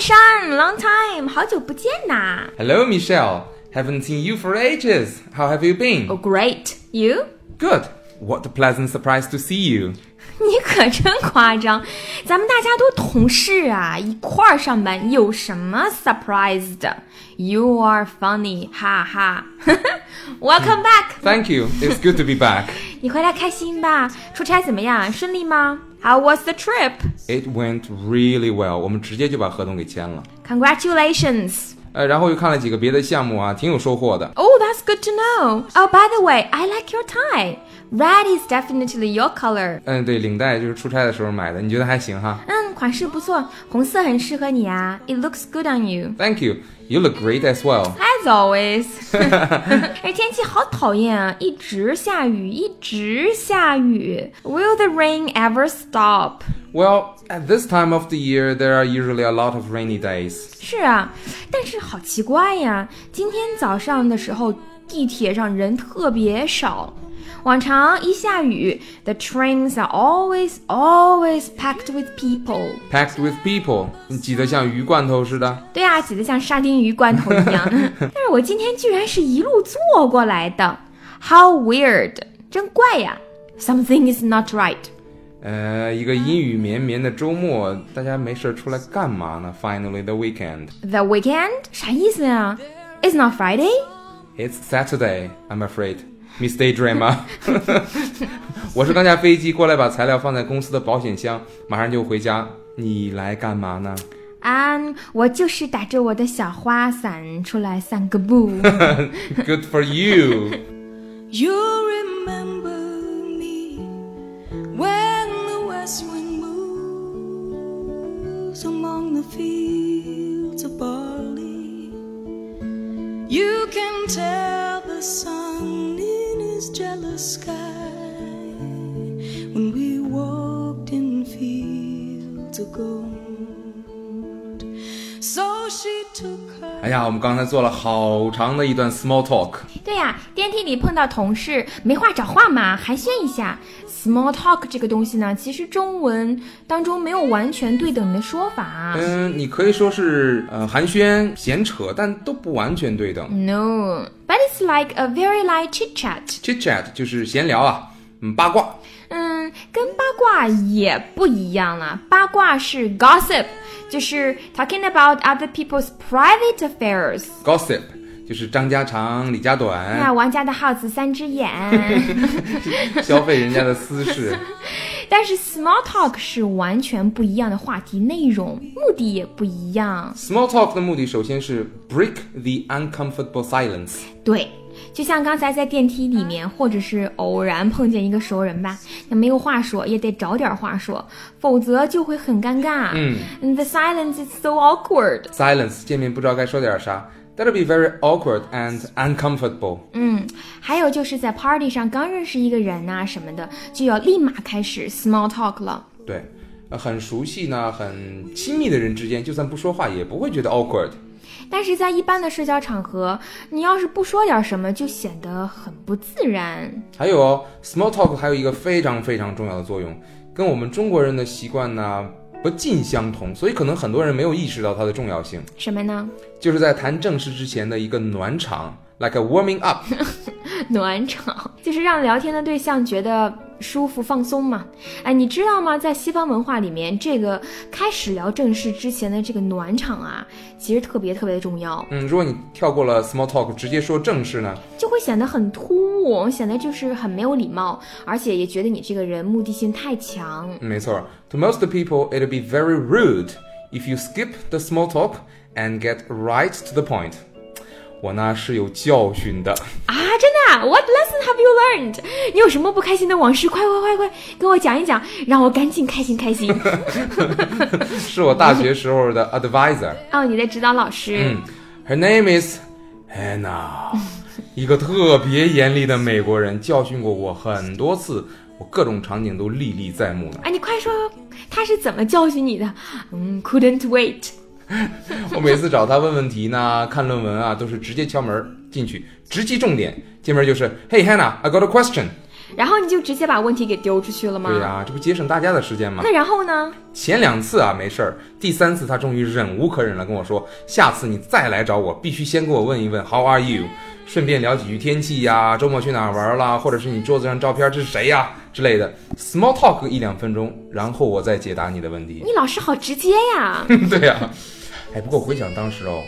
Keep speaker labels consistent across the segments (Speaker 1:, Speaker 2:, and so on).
Speaker 1: Sean, long time，好久不见呐。
Speaker 2: Hello, Michelle. Haven't seen you for ages. How have you been?
Speaker 1: Oh, great, you？
Speaker 2: Good. What a pleasant surprise to see you.
Speaker 1: 你可真夸张，咱们大家都同事啊，一块儿上班，有什么 surprise 的？You are funny，哈哈。Welcome back，
Speaker 2: Thank you. It's good to be back.
Speaker 1: 你回来开心吧？出差怎么样？顺利吗？How was the trip?
Speaker 2: It went really well. 我们直接就把合同给签了。
Speaker 1: Congratulations.
Speaker 2: 呃，然后又看了几个别的项目啊，挺有收获的。
Speaker 1: Oh, that's good to know. Oh, by the way, I like your tie. Red is definitely your color.
Speaker 2: 嗯，对，领带就是出差的时候买的，你觉得还行哈
Speaker 1: 嗯，款式不错，红色很适合你啊。It looks good on you.
Speaker 2: ？Thank you. You look great as well.
Speaker 1: As always，哎，天气好讨厌啊，一直下雨，一直下雨。Will the rain ever stop？
Speaker 2: Well, at this time of the year, there are usually a lot of rainy days.
Speaker 1: 是啊，但是好奇怪呀，今天早上的时候，地铁上人特别少。往常一下雨，the trains are always always packed with people。
Speaker 2: Packed with people，你挤得像鱼罐头似的。
Speaker 1: 对啊，挤得像沙丁鱼罐头一样。但是我今天居然是一路坐过来的，How weird，真怪呀！Something is not right。
Speaker 2: 呃，一个阴雨绵绵的周末，大家没事儿出来干嘛呢？Finally, the weekend.
Speaker 1: The weekend 啥意思呀、i t s not Friday。
Speaker 2: It's Saturday. I'm afraid, Miss Daydreamer. 我是刚下飞机过来，把材料放在公司的保险箱，马上就回家。你来干嘛呢？
Speaker 1: 嗯，我就是打着我的小花伞出来散个步。
Speaker 2: Good for you.
Speaker 3: You remember me when the west wind moves among the fields of barley. You can tell the sun in his jealous sky when we walked in fields of gold. So she took her.
Speaker 2: 哎呀，我们刚才做了好长的一段 small talk，
Speaker 1: 对呀、电梯里碰到同事，没话找话嘛，寒暄一下。Small talk 这个东西呢，其实中文当中没有完全对等的说法。啊
Speaker 2: 嗯，你可以说是呃寒暄、闲扯，但都不完全对等。
Speaker 1: No, but it's like a very light chit chat。
Speaker 2: chit chat 就是闲聊啊，嗯，八卦。
Speaker 1: 嗯，Uh, 跟八卦也不一样了。八卦是 gossip，就是 talking about other people's private affairs。
Speaker 2: gossip 就是张家长李家
Speaker 1: 那
Speaker 2: 短，
Speaker 1: 王家的耗子三只眼，
Speaker 2: 消费人家的私事。
Speaker 1: 但是 small talk 是完全不一样的话题内容，目的也不一样。
Speaker 2: small talk 的目的首先是 break the uncomfortable silence。
Speaker 1: 对，就像刚才在电梯里面，或者是偶然碰见一个熟人吧，那没有话说，也得找点话说，否则就会很尴尬。嗯，The silence is so awkward。
Speaker 2: silence 见面不知道该说点啥，that'll be very awkward and uncomfortable。
Speaker 1: 嗯，还有就是在 party 上刚认识一个人呐、什么的，就要立马开始 small talk 了。
Speaker 2: 对，呃很熟悉呢，很亲密的人之间，就算不说话也不会觉得 awkward。
Speaker 1: 但是在一般的社交场合，你要是不说点什么，就显得很不自然。
Speaker 2: 还有哦，small talk 还有一个非常非常重要的作用，跟我们中国人的习惯呢不尽相同，所以可能很多人没有意识到它的重要性。
Speaker 1: 什么呢？
Speaker 2: 就是在谈正事之前的一个暖场，like a warming up。
Speaker 1: 暖场， 就是让聊天的对象觉得舒服放松嘛。哎，你知道吗？在西方文化里面，这个开始聊正事之前的这个暖场啊，其实特别特别的重要，
Speaker 2: 嗯，如果你跳过了 small talk，直接说正事呢，
Speaker 1: 就会显得很突兀，显得就是很没有礼貌，而且也觉得你这个人目的性太强。
Speaker 2: 嗯没错，to most people it'll be very rude if you skip the small talk and get right to the point。我呢是有教训的，
Speaker 1: 啊，真的、啊、？What lesson have you learned？你有什么不开心的往事？快快快快，跟我讲一讲，让我赶紧开心开心。
Speaker 2: 是我大学时候的 advisor，
Speaker 1: 哦，你的指导老师，
Speaker 2: 嗯，her name is Hannah，一 个特别严厉的美国人，教训过我很多次，我各种场景都历历在目呢。
Speaker 1: 啊，你快说，他是怎么教训你的？嗯，couldn't wait。
Speaker 2: 我每次找他问问题呢，看论文啊，都是直接敲门进去，直击重点。见面就是 Hey Hannah, I got a question。
Speaker 1: 然后你就直接把问题给丢出去了吗？
Speaker 2: 对呀、这不节省大家的时间吗？
Speaker 1: 那然后呢？
Speaker 2: 前两次啊没事儿，第三次他终于忍无可忍了，跟我说：“下次你再来找我，必须先给我问一问 How are you，顺便聊几句天气呀、周末去哪儿玩啦，或者是你桌子上照片这是谁呀、之类的，small talk 一两分钟，然后我再解答你的问题。
Speaker 1: 你老师好直接呀！
Speaker 2: 对呀、哎，不过回想当时哦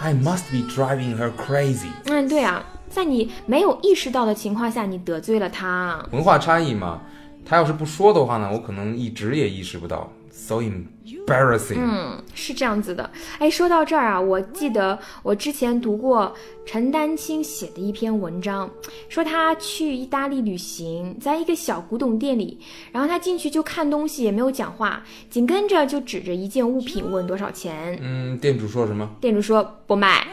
Speaker 2: ，I must be driving her crazy。
Speaker 1: 嗯，对啊，在你没有意识到的情况下，你得罪了他，
Speaker 2: 文化差异嘛，他要是不说的话呢，我可能一直也意识不到。So embarrassing。
Speaker 1: 嗯，是这样子的。哎，说到这儿啊，我记得我之前读过陈丹青写的一篇文章，说他去意大利旅行，在一个小古董店里，然后他进去就看东西，也没有讲话，紧跟着就指着一件物品问多少钱，
Speaker 2: 嗯，店主说什么？
Speaker 1: 店主说不卖，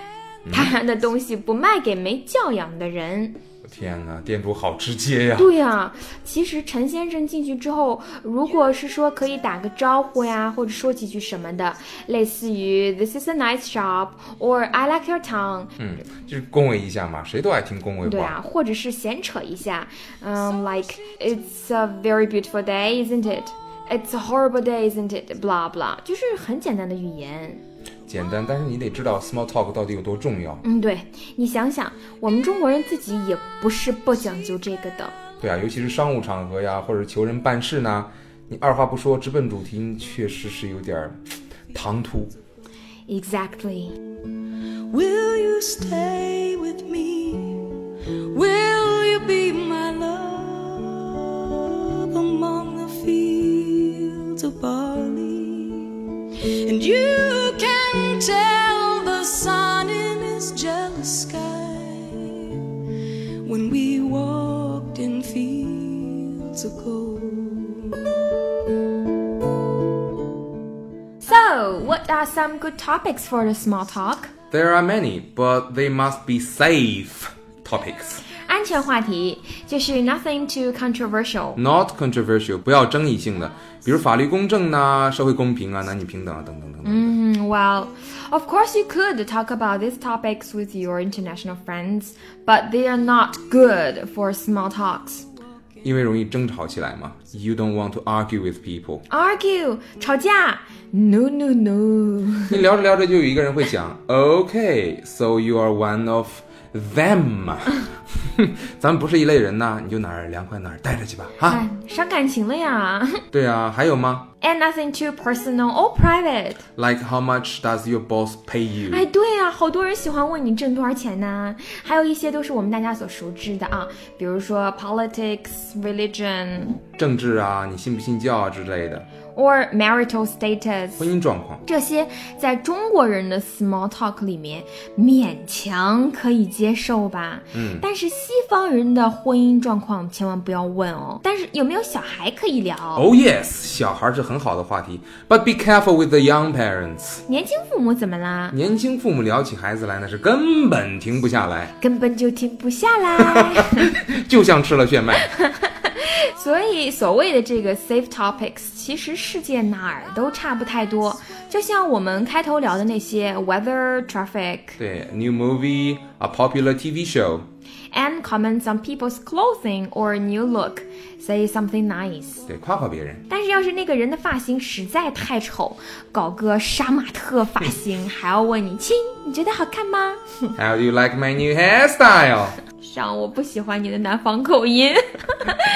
Speaker 1: 他的东西不卖给没教养的人。
Speaker 2: 天哪，店主好直接呀！
Speaker 1: 对呀、其实陈先生进去之后，如果是说可以打个招呼呀，或者说几句什么的，类似于 "This is a nice shop" or "I like your tongue"，
Speaker 2: 嗯，就是恭维一下嘛，谁都爱听恭维
Speaker 1: 对
Speaker 2: 话。
Speaker 1: 啊，或者是闲扯一下，嗯、l i k e "It's a very beautiful day, isn't it? It's a horrible day, isn't it? blah blah"，就是很简单的语言。
Speaker 2: 简单，但是你得知道 small talk 到底有多重要。
Speaker 1: 嗯，对你想想，我们中国人自己也不是不讲究这个的。
Speaker 2: 对啊，尤其是商务场合呀，或者求人办事呢，你二话不说直奔主题，确实是有点儿唐突。
Speaker 1: Exactly.
Speaker 3: Will you stay with me? Will you be my love among the fields of barley? And you can tell the sun in his jealous sky when we walked in fields of gold.
Speaker 1: So, what are some good topics for the small talk?
Speaker 2: There are many, but they must be safe topics,
Speaker 1: 安全话题就是 nothing too controversial。
Speaker 2: not controversial，不要争议性的，比如法律公正呐、社会公平啊、男女平等啊等等等等。
Speaker 1: 嗯，Well, Hmm, of course you could talk about these topics with your international friends, but they are not good for small talks.
Speaker 2: 因为容易争吵起来嘛。You don't want to argue with people。
Speaker 1: Argue，吵架？No, no, no。
Speaker 2: 你聊着聊着就有一个人会讲，OK, so you are one of them 。 咱们不是一类人呐，你就哪儿凉快哪儿待着去吧，哈
Speaker 1: 哎。，伤感情了呀。
Speaker 2: 对啊，还有吗
Speaker 1: And nothing too personal or private。
Speaker 2: ？Like how much does your boss pay
Speaker 1: 哎，
Speaker 2: you？
Speaker 1: 对呀、好多人喜欢问你挣多少钱呢、还有一些都是我们大家所熟知的啊，比如说 politics, religion
Speaker 2: 政治啊，你信不信教啊之类的，
Speaker 1: or marital status。
Speaker 2: 婚姻状况。
Speaker 1: 这些在中国人的 small talk 里面勉强可以接受吧，嗯，但是西方人的婚姻状况千万不要问哦。但是有没有小孩可以聊？
Speaker 2: Oh yes，小孩是很好的话题，but be careful with the young parents。
Speaker 1: 年轻父母怎么啦？
Speaker 2: 年轻父母聊起孩子来那是根本停不下来，
Speaker 1: 根本就停不下来。
Speaker 2: 就像吃了炫迈。
Speaker 1: 所以，所谓的这个 safe topics，其实世界哪儿都差不太多。就像我们开头聊的那些 weather, traffic,
Speaker 2: 对，new movie, a popular TV show。
Speaker 1: and comments on people's clothing or new look, say something nice。
Speaker 2: 对，夸夸别人。
Speaker 1: 但是要是那个人的发型实在太丑，搞个杀马特发型，还要问你亲，你觉得好看吗？
Speaker 2: How do you like my new hairstyle？
Speaker 1: 上，我不喜欢你的南方口音，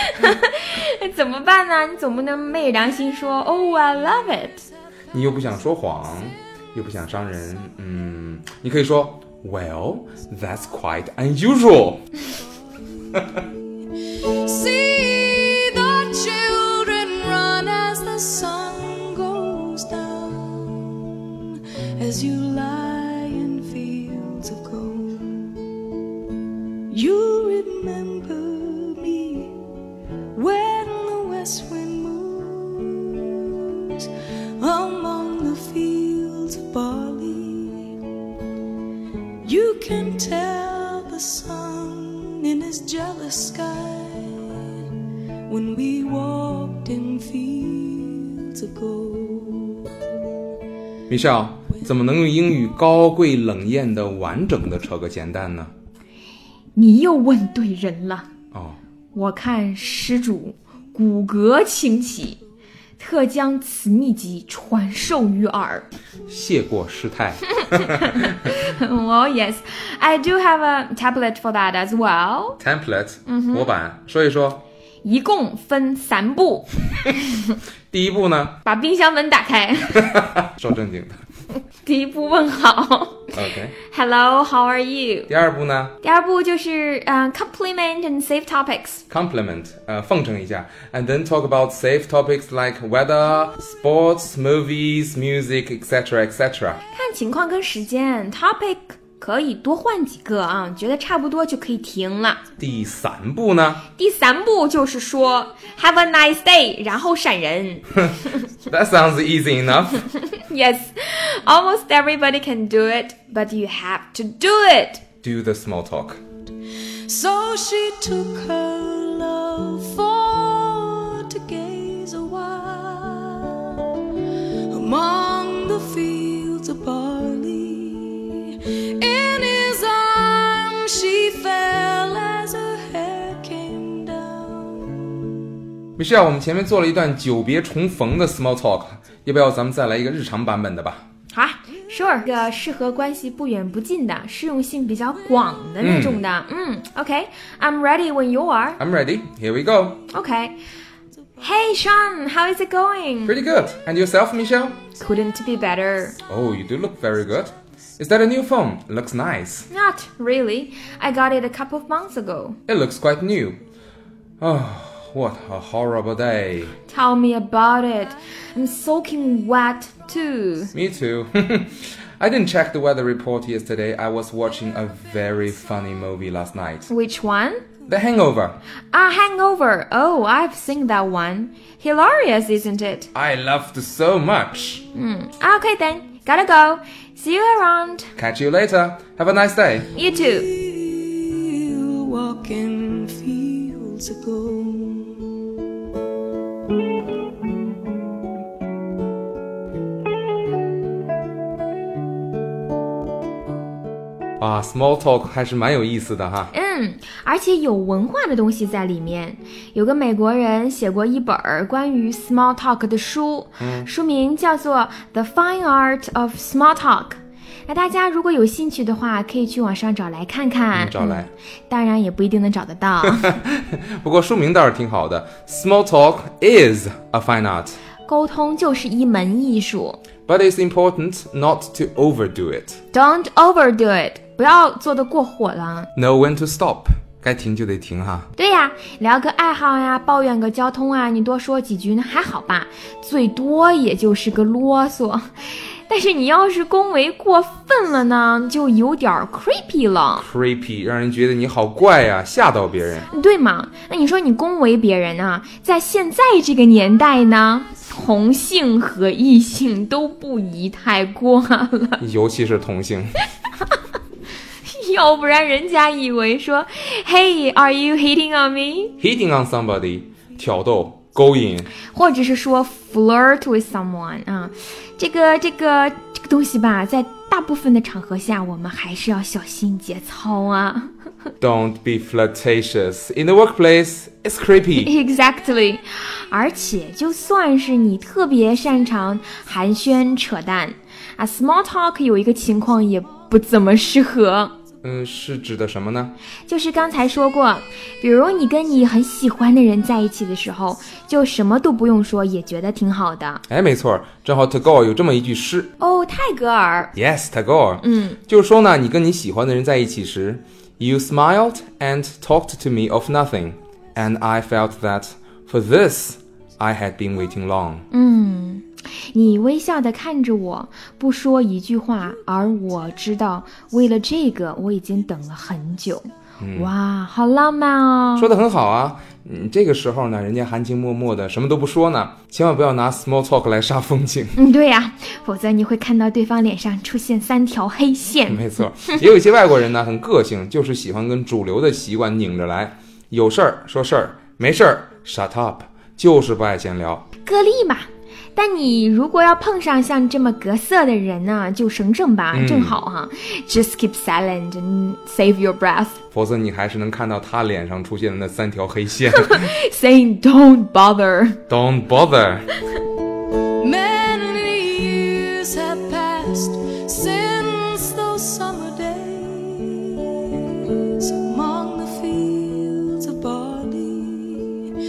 Speaker 1: 怎么办呢？你总不能昧良心说 Oh, I love it。
Speaker 2: 你又不想说谎，又不想伤人，嗯，你可以说 Well, that's quite unusual。
Speaker 3: See the children run as the sun goes down, as you lie in fields of gold. You'll remember me when the west wind moves among the fields of barley. You can tell the sun in his jealous sky when we walked in fields of gold.
Speaker 2: 米少，怎么能用英语高贵冷艳的完整的扯个简单呢？
Speaker 1: 你又问对人了。
Speaker 2: 哦，
Speaker 1: 我看施主骨骼清奇，特将此秘籍传授于耳。
Speaker 2: 谢过师太。
Speaker 1: well, yes, I do have a tablet for that as well.
Speaker 2: Template 模板，说一说。
Speaker 1: 一共分三步，
Speaker 2: 第一步呢，
Speaker 1: 把冰箱门打开。
Speaker 2: 说正经的
Speaker 1: 第一步问好
Speaker 2: ，OK。
Speaker 1: ，Hello, how are you？
Speaker 2: 第二步呢
Speaker 1: 第二步就是嗯、c o m p l i m e n t and save topics。
Speaker 2: ，compliment，呃，奉承一下，and then talk about safe topics like weather, sports, movies, music, etc., etc.
Speaker 1: 看情况跟时间，topic 可以多换几个啊，觉得差不多就可以停了。
Speaker 2: 第三步呢
Speaker 1: 第三步就是说 Have a nice day，然后闪人。
Speaker 2: ，That sounds easy enough.
Speaker 1: yes, almost everybody can do it, but you have to do it.
Speaker 2: Do the small talk.
Speaker 3: So she took her love for to gaze awhile among the fields of barley. In his arms she fell as her hair came down.
Speaker 2: Michelle，我们前面做了一段久别重逢的 small talk，要不要咱们再来一个日常版本的吧？
Speaker 1: 好啊，Sure，这个适合关系不远不近的，适用性比较广的那种的。嗯 o k i m ready when you are.
Speaker 2: I'm ready. Here we go.
Speaker 1: OK. Hey Sean, how is it going?
Speaker 2: Pretty good. And yourself, Michelle?
Speaker 1: Couldn't be better.
Speaker 2: Oh, you do look very good. Is that a new phone? Looks nice.
Speaker 1: Not really. I got it a couple of months ago.
Speaker 2: It looks quite new. Oh, what a horrible day.
Speaker 1: Tell me about it. I'm soaking wet too.
Speaker 2: Me too. I didn't check the weather report yesterday. I was watching a very funny movie last night.
Speaker 1: Which one?
Speaker 2: The Hangover.
Speaker 1: Ah, Hangover. Oh, I've seen that one. Hilarious, isn't it?
Speaker 2: I loved it so much.
Speaker 1: Okay then, gotta go. See you around.
Speaker 2: Catch you later. Have a nice day.
Speaker 1: You too.
Speaker 3: Feel walking fields of gold.
Speaker 2: Wow, Ah, small talk 还是蛮有意思的哈。
Speaker 1: 嗯，而且有文化的东西在里面。有个美国人写过一本儿关于 small talk 的书，
Speaker 2: 嗯
Speaker 1: 书名叫做《The Fine Art of Small Talk》。那大家如果有兴趣的话，可以去网上找来看看。
Speaker 2: 嗯找来
Speaker 1: 嗯当然也不一定能找得到。
Speaker 2: 不过书名倒是挺好的，Small talk is a fine art,
Speaker 1: 沟通就是一门艺术
Speaker 2: but it's important not to overdo it.
Speaker 1: ，Don't overdo it，不要做得过火了。
Speaker 2: Know when to stop，该停就得停哈。
Speaker 1: 对呀，聊个爱好呀，抱怨个交通啊，你多说几句那还好吧，最多也就是个啰嗦。但是你要是恭维过分了呢，就有点儿 creepy 了，
Speaker 2: Creepy，让人觉得你好怪呀、吓到别人。
Speaker 1: 对吗？那你说你恭维别人啊，在现在这个年代呢，同性和异性都不宜太过了，
Speaker 2: 尤其是同性。
Speaker 1: 要不然人家以为说，Hey，are you hitting on me？
Speaker 2: Hitting on somebody，挑逗、勾引，
Speaker 1: 或者是说 flirt with someone 啊，这个这个这个东西吧，在大部分的场合下，我们还是要小心节操啊。
Speaker 2: Don't be flirtatious. In the workplace, it's creepy.
Speaker 1: Exactly，而且就算是你特别擅长寒暄扯淡啊，small talk 有一个情况也不怎么适合。
Speaker 2: 嗯，是指的什么呢？
Speaker 1: 就是刚才说过，比如你跟你很喜欢的人在一起的时候，就什么都不用说，也觉得挺好的。
Speaker 2: 哎，没错，正好 Tagore 有这么一句诗
Speaker 1: 哦，泰戈尔，
Speaker 2: ，Yes, Tagore，
Speaker 1: 嗯，
Speaker 2: 就是说呢，你跟你喜欢的人在一起时，You smiled and talked to me of nothing, and I felt that for this I had been waiting long.
Speaker 1: 嗯你微笑地看着我，不说一句话，而我知道，为了这个我已经等了很久。哇，好浪漫哦！
Speaker 2: 嗯说的很好啊，嗯，这个时候呢，人家含情脉脉的，什么都不说呢，千万不要拿 small talk 来煞风景。
Speaker 1: 嗯，对呀、否则你会看到对方脸上出现三条黑线。
Speaker 2: 没错，也有一些外国人呢，很个性，就是喜欢跟主流的习惯拧着来，有事儿说事儿，没事儿 shut up，就是不爱闲聊。
Speaker 1: 个例嘛，但你如果要碰上像这么格色的人呢、就省省吧，
Speaker 2: 嗯
Speaker 1: 正好哈、Just keep silent and save your breath,
Speaker 2: 否则你还是能看到他脸上出现的那三条黑线。
Speaker 1: saying don't bother。
Speaker 2: Don't bother。
Speaker 3: Many years have passed since those summer days among the fields of barley.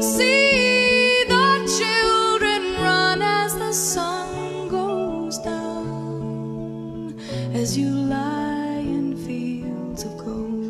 Speaker 3: See the children run as the sun goes down, as you lie in fields of gold.